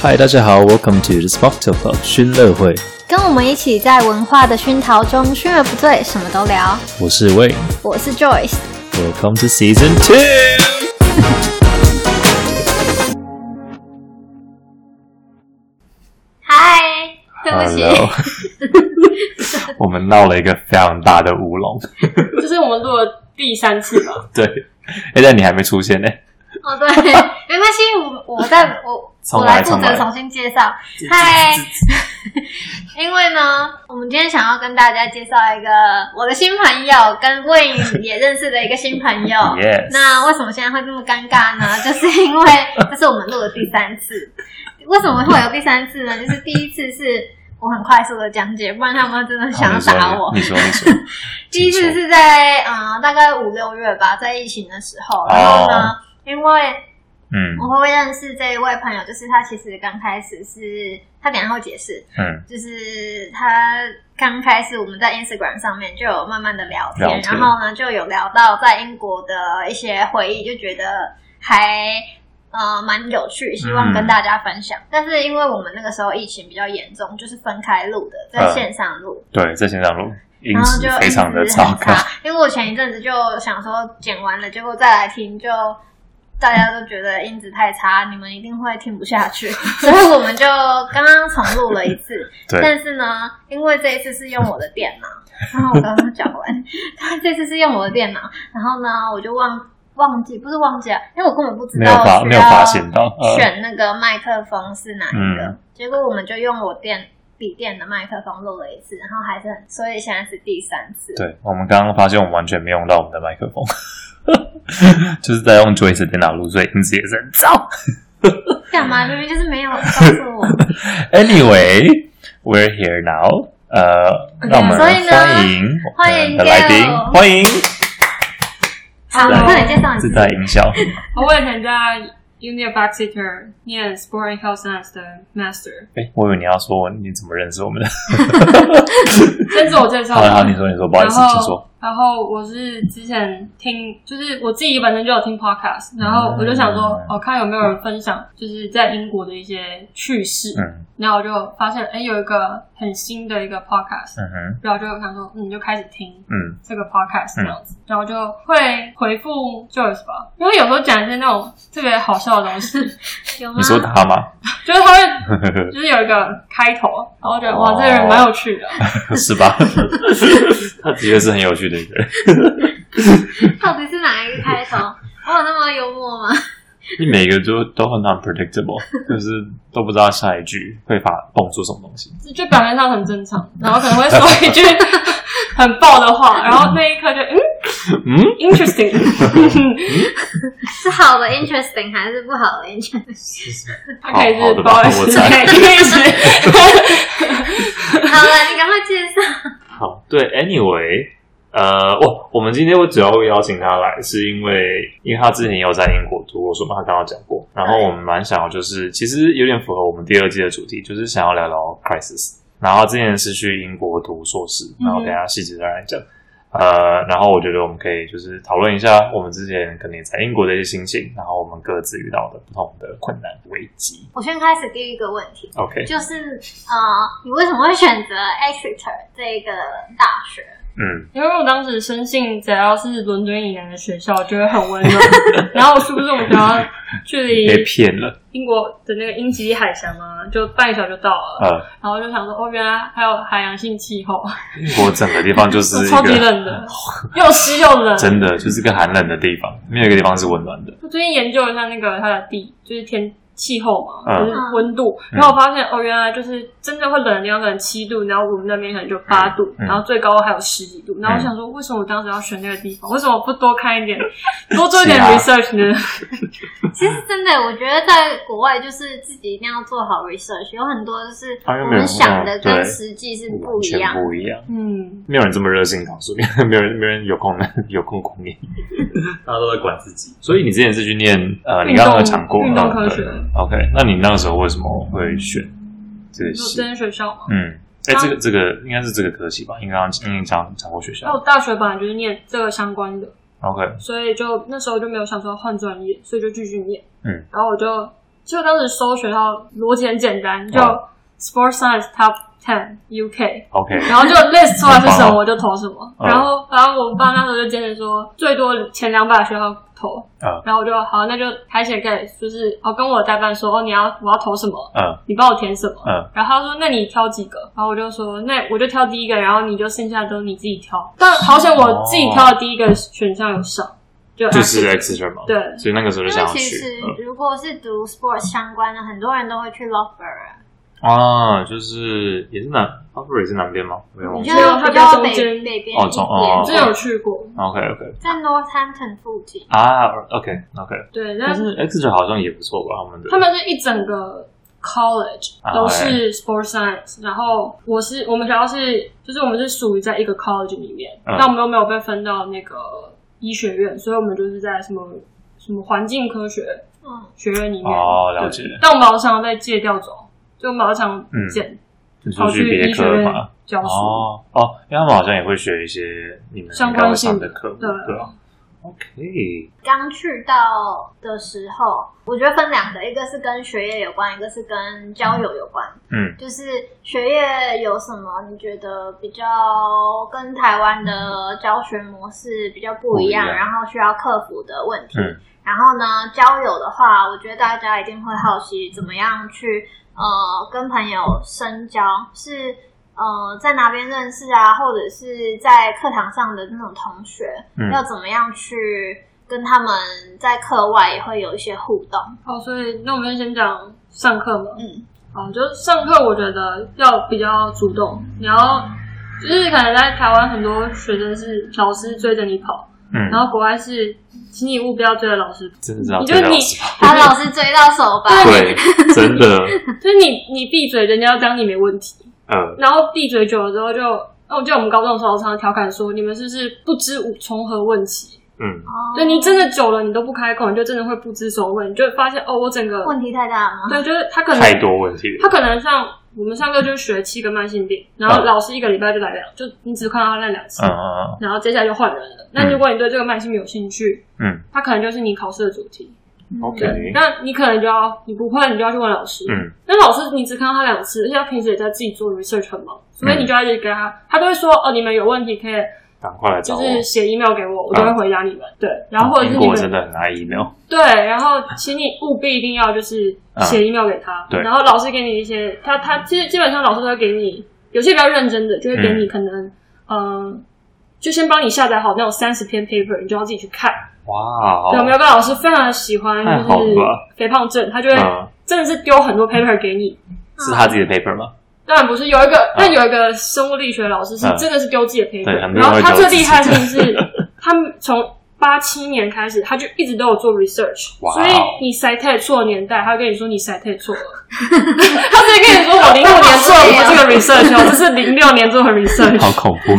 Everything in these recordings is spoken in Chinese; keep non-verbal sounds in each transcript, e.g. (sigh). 嗨，大家好，Welcome to the Spark Talk Club 熏乐会，跟我们一起在文化的熏陶中，熏而不醉，什么都聊。我是魏我是 Joyce， ，Welcome to Season Two。嗨，对不起 (laughs) Hello，我们闹了一个非常大的乌龙，这是我们录的第三次 (laughs) 吧？对，哎，但你还没出现呢，哦对，没关系，我我在我 (laughs) 重我来来负重来责重新介绍。嗨， (laughs) 因为呢，我们今天想要跟大家介绍一个我的新朋友，跟魏 (laughs) 宇也认识的一个新朋友。 Yes 那为什么现在会这么尴尬呢？就是因为这是我们录的第三次。为什么会有第三次呢？就是第一次是我很快速的讲解，不然他们真的想要打我。哦你说，你说，你 (laughs) 第一次是在嗯、呃大概五六月吧，在疫情的时候，哦然后呢，因为嗯我会认识这一位朋友，就是他其实刚开始是，他等一下会解释，嗯，就是他刚开始我们在 Instagram 上面就有慢慢的聊天，聊天然后呢就有聊到在英国的一些回忆，就觉得还呃蛮有趣，希嗯望跟大家分享。但是因为我们那个时候疫情比较严重，就是分开录的，在嗯线上录，对，在线上录音然后质就嗯非常的一直糟很 (laughs) 糕，差。啊因为我前一阵子就想说剪完了，结果再来听就。大家都觉得音质太差，你们一定会听不下 (laughs) 去，所以我们就刚刚重录了一次。对，但是呢，因为这一次是用我的电脑， (laughs) 然后我刚刚讲完，他这次是用我的电脑，然后呢，我就忘忘记，不是忘记了，啊因为我根本不知没有道发需没有要发现到，呃，选那个麦克风是哪一个，嗯结果我们就用我电笔电的麦克风录了一次，然后还是很，所以现在是第三次。对，我们刚刚发现我们完全没用到我们的麦克风。 (laughs) 就是在用 Joyce 的电脑录，所以音质也是很糟。干嘛？明明就是没有告诉 (laughs) 我。 Anyway, we're here now. 呃，让我们所以呢欢迎我欢们迎的来宾 Gail，欢迎好，来我快点介绍你自自带己。营销。我以前在 Union b a x i t e r 念 Sport and Health Science 的 Master，哎，我以为你要说你怎么认识我们的。先自我介绍好，好，吧。你说，你说，不好然意思，请说后。，然后我是之前听，就是我自己本身就有听 podcast，然后我就想说，嗯哦，看有没有人分享，就是在英国的一些趣事。嗯然后我就发现，哎，有一个很新的一个 podcast，、嗯哼，然后就想说，嗯，就开始听，嗯，这个 podcast 这样子，然后就会回复 Joyce 吧，因为有时候讲一些那种特别好笑的东西，有吗你？说他吗？ (laughs) 就是他会就是有一个开头，然后觉得哇，这个人蛮有趣的，是吧？他的确是很有趣的一个人。到底是哪一个开头？我有那么幽默吗？你每个都都很 unpredictable，就是都不知道下一句会发蹦出什么东西。就表面上很正常，然后可能会说一句 (laughs) 很爆的话，然后那一刻就嗯嗯， (laughs) interesting，是好的 interesting 还是不好的 interesting？他可以好好是的不吧好意思我，猜 (laughs) 可以 (laughs) 是好了，你赶快介绍。好，对，Anyway，呃，我我们今天我主要会邀请他来，是因为因为他之前也有在英国读过书嘛，他刚刚讲过。然后我们蛮想要就是，其实有点符合我们第二季的主题，就是想要聊聊 crisis。然后他之前是去英国读硕士，然后等一下细节再来讲。呃，然后我觉得我们可以就是讨论一下我们之前可能也在英国的一些心情，然后我们各自遇到的不同的困难危机。我先开始第一个问题， OK，就是呃，你为什么会选择 Exeter 这个大学？嗯，因为我当时深信只要是伦敦以南的学校就会很 (laughs) 温暖，然后是不是我们学校距离被骗了，英国的那个英吉利海峡嘛，就半个小时就到了。呃，然后就想说，哦，原来还有海洋性气候，我整个地方就是一个超级冷的，又湿又 (laughs) 冷。真的就是个寒冷的地方，没有一个地方是温暖的。我最近研究了一下那个它的地，就是天气候嘛，嗯就是温度。然后我发现，哦，原来就是真正会冷的地方可能七度，然后我们那边可能就八度，嗯嗯嗯然后最高还有十几度。然后我想说，为什么我当时要选那个地方？为什么不多看一点，多做一点是啊 research (laughs) 呢？其实真的，我觉得在国外就是自己一定要做好 research，有很多就是啊因为我没有们想的嗯对跟实际是不完一全样。不一样，嗯，没有人这么热心告诉你，没有人没有人有空有空管你，大家都在管自己。所以你之前是去念呃，你刚刚有讲过运动运动科学对 OK，那你那个时候为什么会选这个就系真？人学校嘛。嗯，哎、这个这个应该是这个科系吧？应该刚刚你讲讲过学校那我大学本来就是念这个相关的， ，OK，所以就那时候就没有想说要换专业，所以就继续念。嗯，然后我就就当时搜学校逻辑很简单，就嗯 Sports Science Top Ten UK， OK，然后就 list 出来是什么我就投什么，嗯然后然后我爸那时候就坚持说最多前两百学校投，嗯然后我就好那就开始给就是哦跟我代办说哦你要我要投什么，嗯你帮我填什么，嗯，然后他说那你挑几个，然后我就说那我就挑第一个，然后你就剩下都你自己挑，但好险我自己挑的第一个选项有上，就哦啊就是 active X 选嘛，对，所以那个时候就因想要为其去实嗯如果是读 sports 相关的，很多人都会去 Loughborough，啊，就是也是南，阿布也是南边吗？没有忘你记就没有它比比较较中北间北边哦一中哦点，真的有去过， ，OK OK 在 Northampton 附近。啊，OK OK，对，但但是 X 选好像也不错吧，他们的嗯他们是一整个 college 啊都是 sports science，、然后我是我们学校是就是我们是属于在一个 college 里面，嗯那我们又没有被分到那个医学院，所以我们就是在什么什么环境科学嗯，学院里面。哦对了解但我们好像被借调走，就我们好像嗯减你说跑去去别医学科院嘛，教书。哦哦，因为他们好像也会学一些你们相应该会关性上的的课目，对对啊，OK，刚去到的时候，我觉得分两个，一个是跟学业有关，一个是跟交友有关。嗯就是学业有什么你觉得比较跟台湾的教学模式比较不一样，不一样然后需要克服的问题。嗯然后呢，交友的话，我觉得大家一定会好奇怎么样去呃跟朋友深交，是呃在哪边认识啊，或者是在课堂上的那种同学，嗯要怎么样去跟他们在课外也会有一些互动。好，哦所以那我们先讲上课嘛。嗯，好，哦就是上课我觉得要比较主动，你要就是可能在台湾很多学生是老师追着你跑，嗯，然后国外是请你务必要追着老师跑，真的是要你追就老你师吧，把老师追到手吧。对，真的，就是你你闭嘴，人家要当你没问题，呃，然后闭嘴久了之后就，那我记得我们高中的时候常常调侃说，你们是不是不知无从何问起？嗯，哦对你真的久了你都不开口，你就真的会不知所问，你就会发现哦，我整呃个问题太大了吗？对，就是他可能太多问题了，他可能像我们上课就学七个慢性病，然后嗯老师一个礼拜就来两，就你只看到他那两嗯次，嗯然后接下来就换人了。那如果你对这个慢性病有兴趣，嗯它可能就是你考试的主题。嗯嗯，OK，那你可能就要你不会，你就要去问老师。嗯那老师你只看到他两次，而且他平时也在自己做 research 很忙，所以嗯你就要一直给他，他都会说哦，你们有问题可以赶快来找就我。是写 email 给我，我就会回答你们。对，然后或者是英你国真们的很爱 email，对，然后请你务必一定要就是写 email 给他，啊对然后老师给你一些，他他其实基本上老师都会给你，有些比较认真的就会给你可能嗯。就先帮你下载好那种三十篇 paper，你就要自己去看。哇，对，我们有个老师非常的喜欢，哦太好就了是吧肥胖症，他就会嗯真的是丢很多 paper 给你。是他嗯自己的 paper 吗？当然不是有一个，但有一个生物力学老师是嗯真的是丢自己的 paper，、啊对很多人然后会他丢最自己厉害的事情 (laughs) 是，他们从八七年开始，他就一直都有做 research，哇哦所以你 cite 错的年代，他会跟你说你 (laughs) cite 错了，他直接跟你说我零五年做过这 (laughs) 个 research，哦，这是零六年做的 research，好恐怖，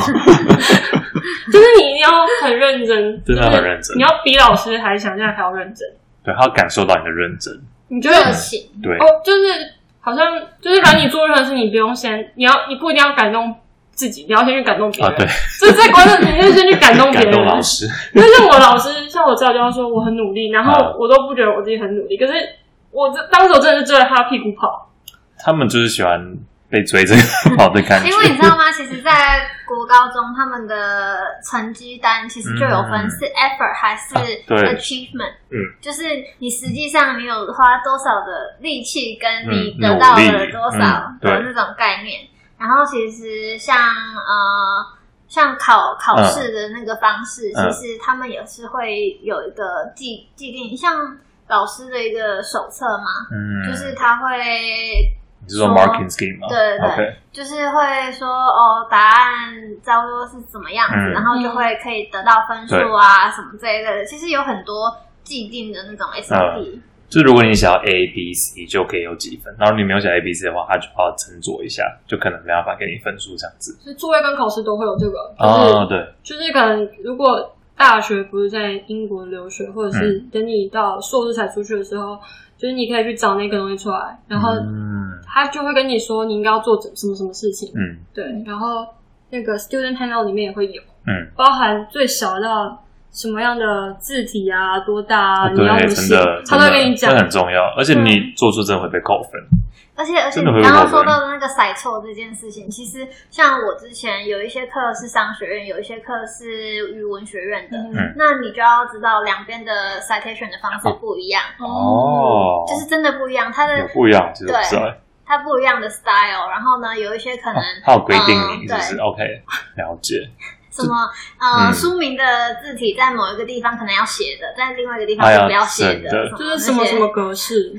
(laughs) 就是你一定要很认真，真的就是很认真你要比老师还想象还要认真，对他要感受到你的认真，你觉得热情，对，哦，就是好像就是反正你做任何事，你不用先，你要你不一定要感动自己，你要先去感动别啊人。对，所以在观众 (laughs) 你就先去感动别感人。动 (laughs) 老师，但是我老师像我知道就要说我很努力，然啊后我都不觉得我自己很努力，可是我这当时我真的是追着他屁股跑。他们就是喜欢被追这个好的感觉因，为你知道 (laughs) 吗？其实，在国高中，他们的成绩单其实就有分嗯是 effort 还是啊对 achievement，、嗯，就是你实际上你有花多少的力气，跟你嗯得到努了力多少嗯的对那种概念。然后，其实像呃。像考考试的那个方式，嗯其实他们也是会有一个既既定，像老师的一个手册嘛，嗯，就是他会你是说 marking scheme 吗？对对 OK，就是会说哦，答案差不多是怎么样子，嗯然后就会可以得到分数啊什么这一类的。其实有很多既定的那种啊 SOP，、就如果你想要 A B C 就可以有几分，然后你没有想 A B C 的话，他就要斟酌一下，就可能没办法给你分数这样子。所以作业跟考试都会有这个，就是、哦，对，就是可能如果大学不是在英国留学，或者嗯是等你到硕士才出去的时候，就是你可以去找那个东西出来，然后嗯他就会跟你说你应该要做什么什么事情，嗯对，然后那个 student handout 里面也会有，嗯包含最小到什么样的字体啊，多大啊，你对要，怎么真写的，，嗯他真都的会跟你讲这。很重要，而且对你做出真的会被扣分。而且而真且的会有你刚刚好说人到的那个塞错这件事情，其实像我之前有一些课是商学院，有一些课是语文学院的，嗯那你就要知道两边的 citation 的方式不一样，哦，就是真的不一样，它有的不一样，其实我不啊知道。它不一样的 style。然后呢，有一些可能哦它有规定嗯你，是不是？OK，了解。什么呃嗯书名的字体在某一个地方可能要写的，在另外一个地方哎是呀不要写真的就是什么那些什么格式，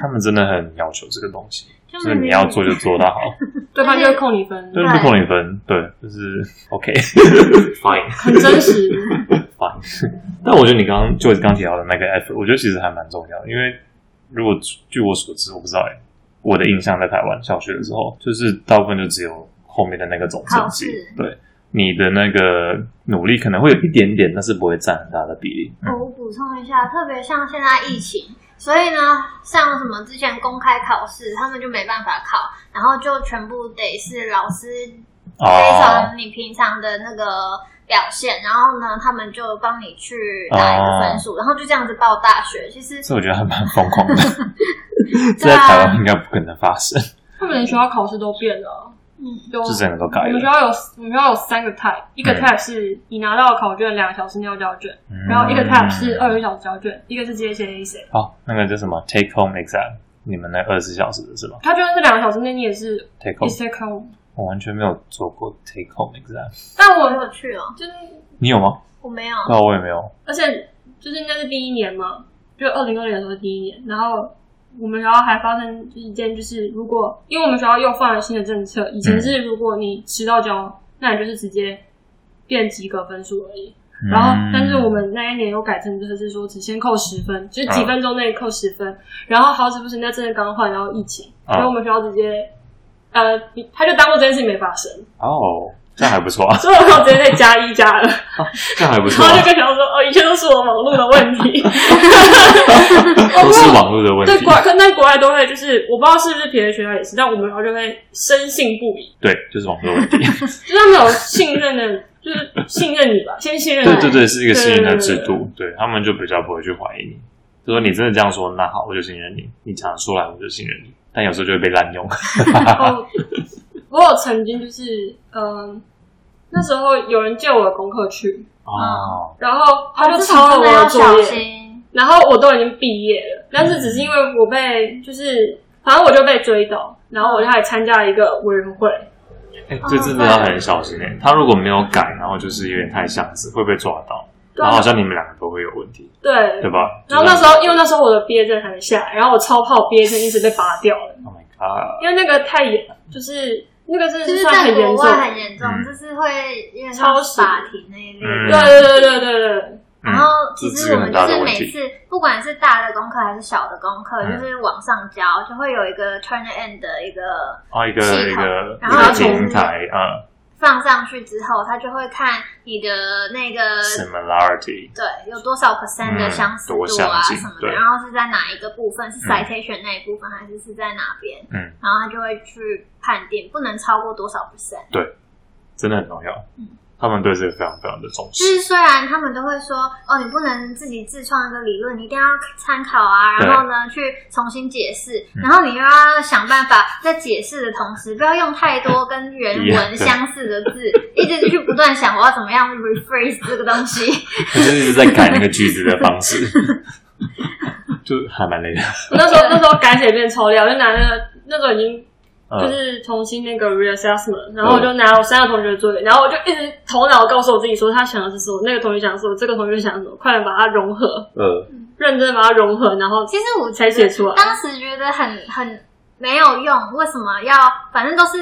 他们真的很要求这个东西，就就是你要做就做到好，对方就会扣你分，就是不扣你分。对，就是 (laughs) (laughs) OK，fine 。很真 (laughs) 实。但我觉得你刚刚就刚提到的那个 effort，我觉得其实还蛮重要的，因为如果据我所知，我不知道哎、我的印象在台湾小学的时候，就是大部分就只有后面的那个总成绩考试，对你的那个努力可能会有一点点，但是不会占很大的比例。哦嗯，我补充一下，特别像现在疫情，所以呢，像什么之前公开考试，他们就没办法考，然后就全部得是老师哦非常你平常的那个表现，然后呢，他们就帮你去打一个分数，然后就这样子报大学。其实哦这我觉得还蛮疯狂 (laughs) 的， (laughs) 这对在啊台湾应该不可能发生，他们连学校考试都变了，嗯，有就整个都我改们学了。校有我们学校有三个 type，一个嗯 type 是你拿到考卷两个小时你要交卷，啊然后一个 type 是二十小时交卷，一个是直接写 A 写。哦，嗯那个叫什么 take home exam，你们那二十小时的是吗他就算是两个小时内你也是？take home， is take home，我完全没有做过 take home exam，但好我有趣哦，就是你有吗？我没有，那哦我也没有。而且就是那是第一年嘛，就二零二零的时候是第一年，然后我们学校还发生就是一件，就是如果因为我们学校又放了新的政策，以嗯前是如果你迟到交，那你就是直接变及格分数而已。然后嗯，但是我们那一年又改成就是说只先扣十分，就是几分钟内扣十分。然后好死不死那阵子刚换，然后疫情，啊所以我们学校直接。呃，你他就当做这件事情没发生，哦，这样还不错 (laughs) 啊，所以我们直接再加一加二，这样还不然错、后啊就，跟学校说，哦，一切都是我网络的问 (laughs) 题。都是网络的问对题国。外，但国外都会就是，我不知道是不是别的学校也是，但我们学校就会深信不疑，对，就是网络问 (laughs) 题。就是他们有信任的，就是信任你吧，先信任你。对对对，是一个信任的制对度，对他们就比较不会去怀疑你。就说你真的这样说，那好，我就信任你。你讲得出来，我就信任你。但有时候就会被滥啊用。然后我有曾经就是，嗯、那时候有人借我的功课去，哦，然后他就这抄了种我真的的要作小业，心，然后我都已经毕业了，但是只是因为我被就是，反正我就被追到，然后我就还参加了一个委员会，哎、这真的要很小心哎、啊他如果没有改，然后就是有点太像子，会被抓到。然后好像你们两个都会有问题，啊对对吧？然后那时候，因为那时候我的毕业证还没下来，然后我超怕我毕业证一直被拔掉了， ，Oh my God，因为那个太严，就是那个真的就是算在很严国重。外很严重，嗯就是会因为超时法庭那一类嗯的。对对对对对对，然后其这是实一我个们很就大的是问每题。次，不管是大的功课还是小的功课，嗯就是往上交，就会有一个 Turnitin 的一个哦，一个系统一个然一后个就是平台，嗯放上去之后，它就会看你的那个，similarity，对有多少 percent 的嗯相似多度相啊近什么的，对然后是在哪一个部分，是嗯 citation 那一部分，还是是在哪边？嗯，然后它就会去判定不能超过多少 percent。真的很重要嗯。他们对这个非常非常的重就视。 (laughs) 是虽然他们都会说，哦，你不能自己自创一个理论，你一定要参考啊，然后呢去重新解释，嗯然后你又要想办法在解释的同时，不要用太多跟原一样文对相似的字，一直去不断想我要怎么样 rephrase 这个东西。他就是一直在改那个句子的方式，就还蛮累的。我那时候那 (laughs) 时候改写变超累，我就拿那个那时候已经就嗯，是重新那个 reassessment，然后我就拿我三个同学的作业，然后我就一直头脑告诉我自己说他想的是什么，那个同学想的是什么，这个同学想的是什么，快点把它融合，呃，认真地把它融合，(laughs) 然后其实我才写出来当时觉得很很没有用，为什么要？反正都是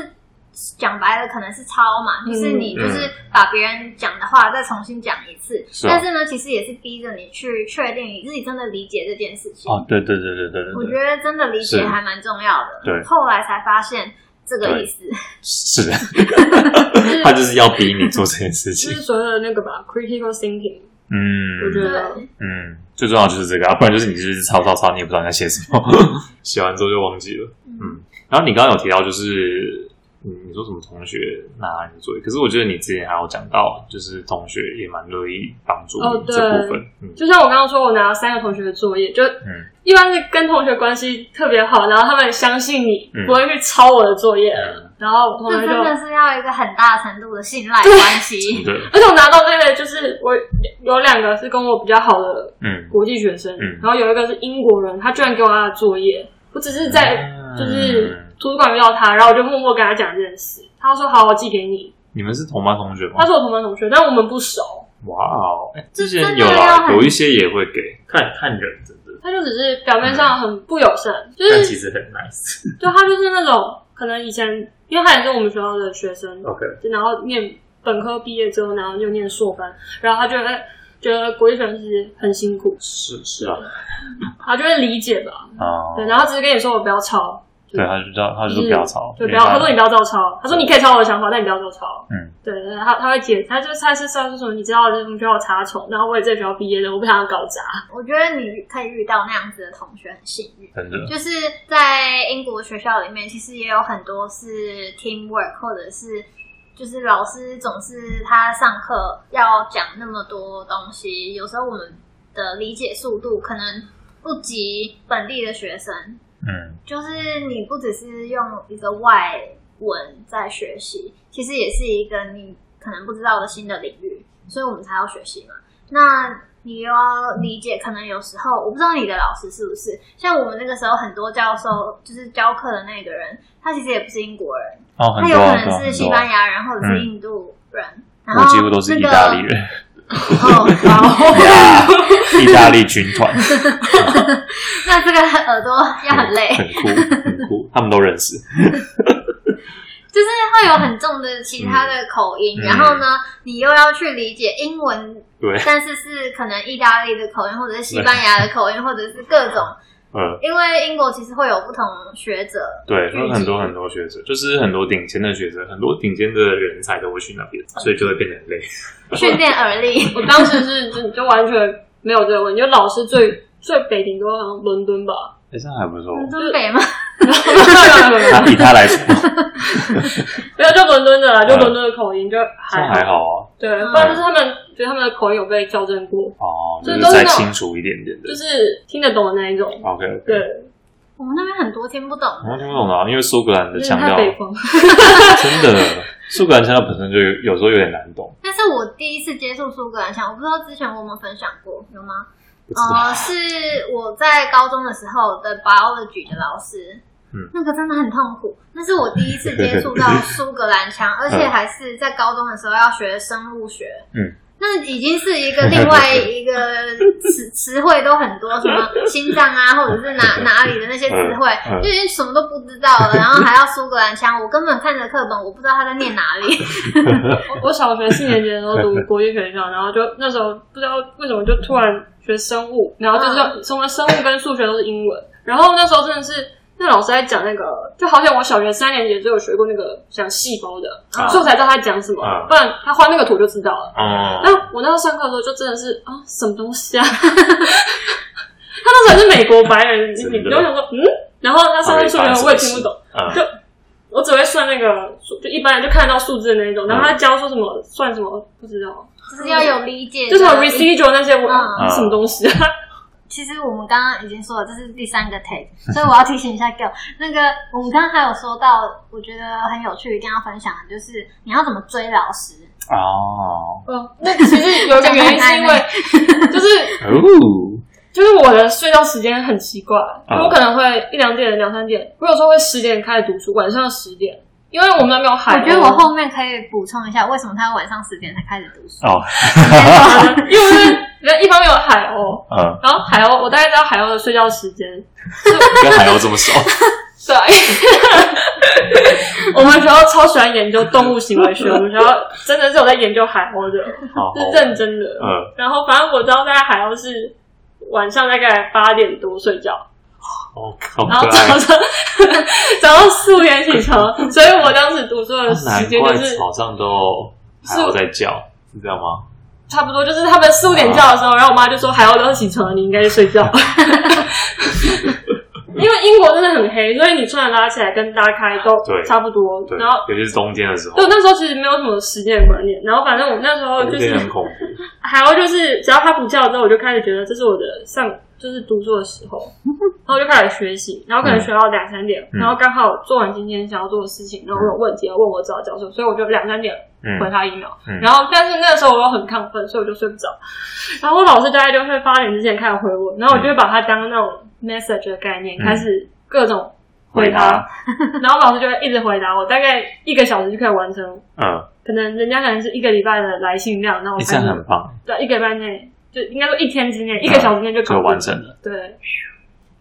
讲白了，可能是抄嘛，嗯就是你就是把别人讲的话再重新讲一次。是啊但是呢，其实也是逼着你去确定你自己真的理解这件事情。哦，对对对对对我对觉对，得真的理解是还蛮重要的。对后来才发现这个意思。是的，他就是要逼你做这件事就情 (laughs) 是。所谓的那个吧 critical thinking，嗯，我觉对得。嗯，最重要的就是这个、啊，不然就是你就是抄抄抄，你也不 (laughs) 知道你在写什么，写完之后就忘记了。嗯嗯，然后你刚刚有提到就是你你说什么同学拿你作业？可是我觉得你之前还有讲到，就是同学也蛮乐意帮助哦你对这部分。嗯就像我刚刚说，我拿了三个同学的作业，就嗯一般是跟同学关系特别好，然后他们相信你嗯不会去抄我的作业，嗯，然后我同这学就真的是要一个很大程度的信赖关 (laughs) 系。嗯对， (laughs) 而且我拿到那个就是我有两个是跟我比较好的嗯，国际学生，嗯然后有一个是英国人，他居然给我他的作业，我只是在嗯就是图书馆遇到他，然后我就默默跟他讲这件事，他说好，我寄给你。你们是同班同学吗他？是我同班同学，但我们不熟，哇哦，哎这之前真的有要啦，很有一些也会给，看看人，真的，他就只是表面上很不友善，就嗯但是其实很 nice。就他就是那种可能以前，因为他也是我们学校的学生， OK，然后念本科毕业之后，然后就念硕班，然后他就会觉得国际学生其实很辛苦，是是啊，他就会理解吧，哦，对，然后只是跟你说我不要抄，对，他就叫他就说是不要吵，对，不要。他说你你不要照抄，他说你可以抄我的想法，但你不要照抄。嗯，对，对他他会解，他就他是上说什么，你知道我们学校有查重，然后我也在学校毕业的，我不想要搞砸。我觉得你可以遇到那样子的同学很幸运。真的，就是在英国学校里面，其实也有很多是 teamwork，或者是就是老师总是他上课要讲那么多东西，有时候我们的理解速度可能不及本地的学生，嗯就是你不只是用一个外文在学习，其实也是一个你可能不知道的新的领域，所以我们才要学习嘛。那你又要理解，可能有时候我不知道你的老师是不是像我们那个时候很多教授，就是教课的那个人，他其实也不是英国人，哦，他很有多啊，可对啊能是很西多班啊，牙人或者是嗯印度人，然后我几乎都是意大利人。那个。(laughs) 哦，好意大利军团， (laughs) 那这个耳朵 (laughs) 要很累。 (laughs) 很酷，很酷，他们都认识。就是会有很重的其他的口音，嗯然后呢，你又要去理解英文，对， (laughs) 但是是可能意大利的口音，或者是西班牙的口音，或者是各种，呃，因为英国其实会有不同学者，对，聚集嗯有很多很多学者，就是很多顶尖的学者，很多顶尖的人才都会去那边，所以就会变得很累。训练耳力，我当时是就就完全没有这个问题，就老师最最北顶多好像伦敦吧，哎，(laughs) 这样还不错，嗯东北吗？然后没有没有没有那以他来说，没有就伦敦的啦，就伦敦的口音就这还样嗯还，好啊对，不然就是他们觉得他们的口音有被校正过，啊，哦，就这是都是再那种清楚一点点的就。是听得懂的那一种， OK，对，我们那边很多听不懂我完全不懂的啊，因为苏格兰的就是腔太调北方，真的，苏格兰腔调本身就有有时候有点难 (laughs) 懂，但是我第一次接触苏格兰腔，我不知道之前我们分享过有吗？不知道。呃，是我在高中的时候的 biology 的老师，嗯那个真的很痛苦，那是我第一次 (laughs) 接触到苏格兰腔，而且还是在高中的时候要学生物学，嗯，那已经是一个另外一个词 (laughs) 词汇都很多，什么心脏啊，或者是哪哪里的那些词汇嗯，嗯就已经什么都不知道了，然后还要苏格兰腔，我根本看着课本，我不知道他在念哪里， (laughs) 我我小学四年级的时候读国际学校，然后就那时候不知道为什么就突然学生物，然后啊就是什么生物跟数学都是英文，然后那时候真的是那老师在讲那个，就好像我小学三年级就有学过那个讲细胞的，啊所以我才知道他讲什么啊，不然他画那个图就知道了。哦那，我那时候上课的时候就真的是啊，什么东西啊？ (laughs) 他那时候还是美国白人，你真的啊你就想说嗯，然后他上课数学我也听不懂。嗯，就我只会算那个数，就一般人就看得到数字的那一种，然后他教说什么算什么不知道，就是要有理解就的，什么 residual 那些我、嗯什么东西啊？其实我们刚刚已经说了，这是第三个 take，所 (laughs) 以我要提醒一下 Go。那个我们刚刚还有说到，我觉得很有趣，一定要分享的就是你要怎么追老师。哦，嗯， (laughs) 那其实有一个原因是因 (laughs) 为就是 (laughs) 哦，就是我的睡觉时间很奇怪，啊就我可能会一两点、两三点，我有时候会十点开始读书，晚上十点，因为我们没有海我鸥，觉得我后面可以补充一下，为什么他要晚上十点才开始读书？哦， (laughs) (laughs) 因为我是一方面有海鸥，嗯，然后海鸥我大概知道海鸥的睡觉时间，跟海鸥这么熟，对， (laughs) 我们学校超喜欢研究动物行 (laughs) 为学，我们学校真的是有在研究海鸥的，好，是认真的。哦嗯然后反正我知道大概海鸥是晚上大概八点多睡觉，好哦好然后可早爱，上 (laughs) 早上四五点 (laughs) 起床，所以我当时读书的时难间怪就是早上都还要在叫，是这样吗？差不多，就是他们四啊 (laughs) 五点叫的时候，然后我妈就说海鸥都起床了，你应该去睡觉。那因为英国真的很黑，所以你穿的拉起来跟拉开都对差不多。对然后，尤其是冬天的时候对，，我那时候其实没有什么时间观念。然后反正我那时候就冬天是很恐怖。还有就是，只要他不叫之后，我就开始觉得这是我的上就是读书的时 (laughs) 候，然后我就开始学习，然后可能学到两三点，嗯然后刚好做完今天想要做的事情，然后我有问题要问我指导教授，所以我就两三点回嗯，他 email，、嗯然后但是那个时候我又很亢奋，所以我就睡不着，然后我老师大概就会八点之前开始回我，然后我就会把它当那种 message 的概念，嗯开始各种回回答答， (laughs) 然后老师就会一直回答我，大概一个小时就可以完成。嗯，可能人家可能是一个礼拜的来信量，然后我你才这样能很棒，对，一个礼拜内，就应该说一天之内，一个小时内就就搞定完。成了，对，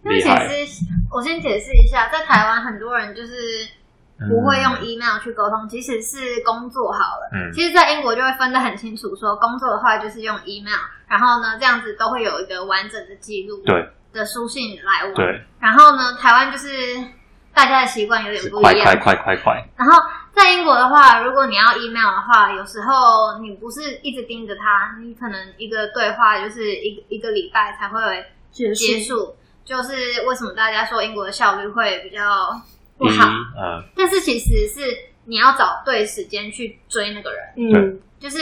那厉害。其实我先解释一下，在台湾很多人就是不会用嗯 email 去沟通，即使是工作好了。嗯其实，在英国就会分得很清楚，说工作的话就是用 email，然后呢，这样子都会有一个完整的记录，对的书信来往。对，然后呢，台湾就是大家的习惯有点是不快一快样。快快快，然后在英国的话，如果你要 email 的话，有时候你不是一直盯着它，你可能一个对话就是一个一个礼拜才会有结结束。束。就是为什么大家说英国的效率会比较不一好，嗯但是其实是你要找对时间去追那个人。嗯，就是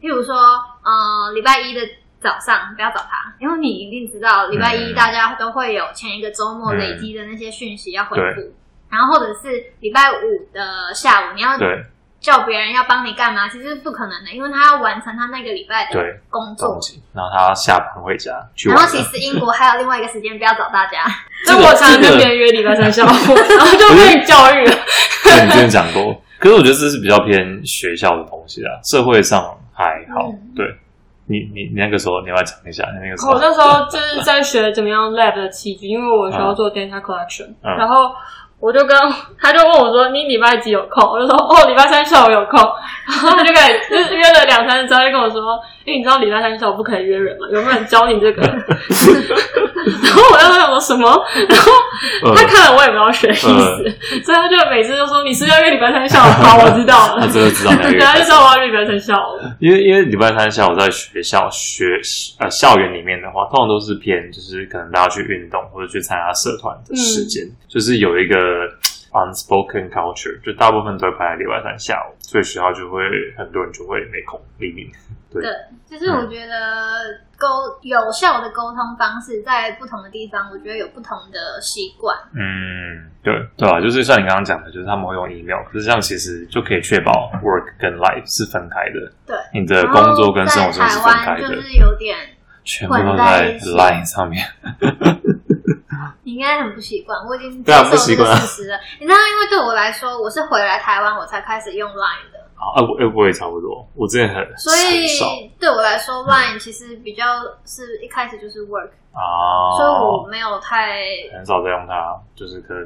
譬如说，呃，礼拜一的早上不要找他，因为你一定知道礼拜一嗯大家都会有前一个周末累积的那些讯息要回复，对然后或者是礼拜五的下午你要对叫别人要帮你干嘛，其实不可能的，因为他要完成他那个礼拜的对，工着作。急。然后他下班回家去然玩后其了。实英国还有另外一个时间，不要找 (laughs) 大家，所以这个我常常这跟个别人约礼拜三 (laughs) 下午，然后就被教育了。对，你之前讲过，可是我觉得这是比较偏学校的东西啊，社会上还好。嗯对你，你你那个时候你要不要讲一下，你那个时候我那时候就是在学怎么样 lab 的器具，因为我需要做 data collection，嗯然后。我就跟他就问我说：“你礼拜几有空？”我就说：“哦，礼拜三下午有空。”然后他就开始就是约了两三次，他就跟我说：“因为你知道礼拜三下午不可以约人嘛，有没有人教你这 (laughs) 个？”然后我就想说什么，然后呃他看了我也不知道学意思， (laughs) 所以他就每次就说：“你是不是要约礼拜三下午？”好，我知道了他。真的知道那个对，月 (laughs) 他就份知道我要约礼拜三下午。因为因为礼拜三下午在学校学呃校园里面的话，通常都是偏就是可能大家去运动或者去参加社团的时间，嗯就是有一个 unspoken culture，就大部分都会排在礼拜三下午，所以学校就会很多人就会没空理你。对对，就是我觉得沟有效的沟通方式，在不同的地方，我觉得有不同的习惯。嗯，对对啊，就是像你刚刚讲的，就是他们会用 email，可是这样其实就可以确保 work 跟 life 是分开的，对，你的然后工作跟生活中是在分台开湾的，就是有点，全部都混在在一起 line 上面。你应该很不习惯。我已经接对啊不受习这个惯啊事实了。你知道，因为对我来说，我是回来台湾我才开始用 Line 的，啊，我哎我也差不多，我之前很所很少嗯以对我来说，Line 其实比较是一开始就是 work，、啊，所以我没有太很少在用它，就是跟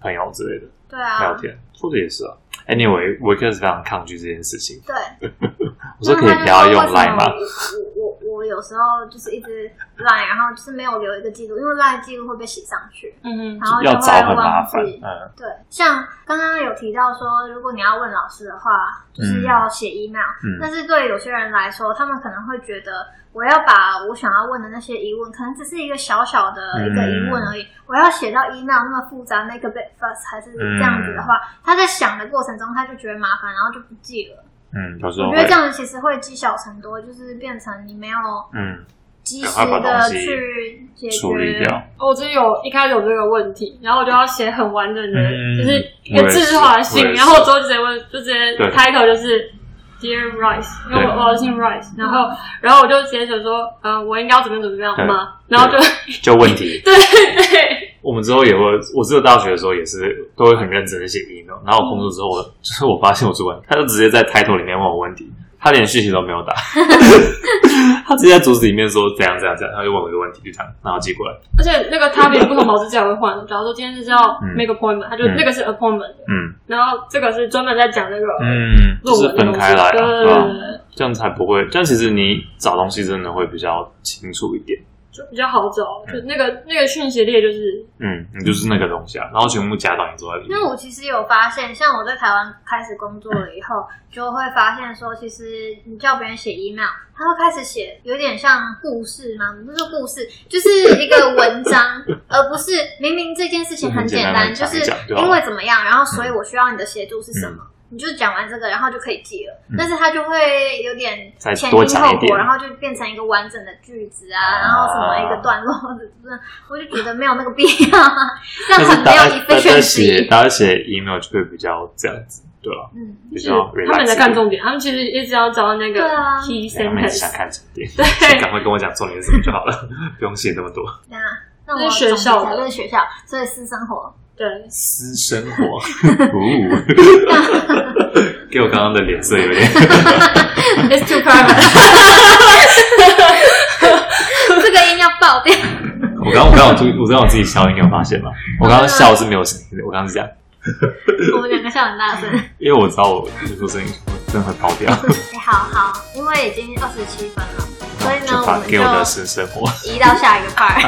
朋友之类的对啊聊，天，或者也是啊。Anyway，我一开始非常抗拒这件事情，对。我说可以不要用 Line 吗？我我我我有时候就是一直 Line，然后就是没有留一个记录，因为 Line 记录会被写上去，嗯然后就要找会很麻忘烦，记。嗯对，像刚刚有提到说，如果你要问老师的话，就是要写 email、嗯但是对有些人来说，他们可能会觉得，我要把我想要问的那些疑问，可能只是一个小小的一嗯个疑问而已，我要写到 email 那么复杂，make a big fuss，还是这样子的话，他在想的过程中，他就觉得麻烦，然后就不记了。嗯，有时候我会觉得这样子其实会积小成多，就是变成你没有嗯及时的去解处理决。掉，我只哦有一开始有这个问题，然后我就要写很完整的，嗯就是一个自化的信，我也是然后我之后就直接问，就直接对 title 就是 Dear Rice，因为对我我要姓 Rice，然后然后我就直接写说，呃，我应该要怎么样怎么样吗？然后就就问 (laughs) 题。对对，我们之后也会，我只有大学的时候也是都会很认真的写 email，然后我工作之后我，就是我发现我主管他就直接在 title 里面问我问题，他连讯息都没 (laughs) 有打， (laughs) 他直接在组织里面说怎样怎样怎样，他就问我一个问题，就这样，然后寄过来，而且那个 topic 不同老师教会换，假如说今天是要嗯 make appointment，他就嗯那个是 appointment，嗯然后这个是专门在讲那个嗯，就论是分文的东西开来、啊，对对对吧对对。对这样才不会，这样其实你找东西真的会比较清楚一点。就比较好找，就那个那个讯息列就是嗯，你就是那个东西啊，然后全部加到你桌在里因面为。我其实有发现，像我在台湾开始工作了以 (laughs) 后，就会发现说，其实你叫别人写 email，他会开始写有点像故事吗？不是故事，就是一个文 (laughs) 章，而不是明明这件事情很简单，很就简单是讲嗯一讲就好因为怎么样，然后所以我需要你的协助是什么。你就讲完这个，然后就可以寄了，嗯但是他就会有点再前多因讲一后果，点然后就变成一个完整的句子啊，然后什么一个啊 (laughs) 段落，我就觉得没有那个必要啊，这但样很是没大有家大家 efficiency 写。大家写 email 就会比较这样子，对吧？嗯，比是较他们 relax 在一看点重点，他们其实一直要找到那个对啊 key 哎他们想 sentence。看重点，对赶快跟我讲重点是什么就好了， (laughs) 不用写那么多。那那这我是学校的这是学校，所以私生活。对，私生 (laughs) 活， (laughs) 哦，给我刚刚的脸色有点 It's too private。 (laughs) 这个音要爆掉。我刚我刚我自我刚我自己笑，你有发现吗？我刚刚笑是没有声音的，我刚刚是这样，我们两个笑很大声。因为我知道我就说声音真的很跑掉，哎，好好，因为已经二十七分了，所以呢，就我把们给我的就私生活，移到下一个 part。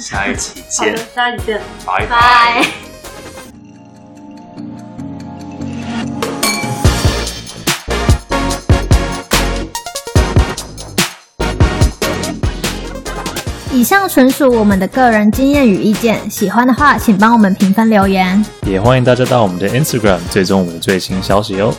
下一期好见，，的下一见。拜拜。拜。以上纯属我们的个人经验与意见，喜欢的话请帮我们评分留言。也欢迎大家到我们的 Instagram 追踪我们的最新消息哦。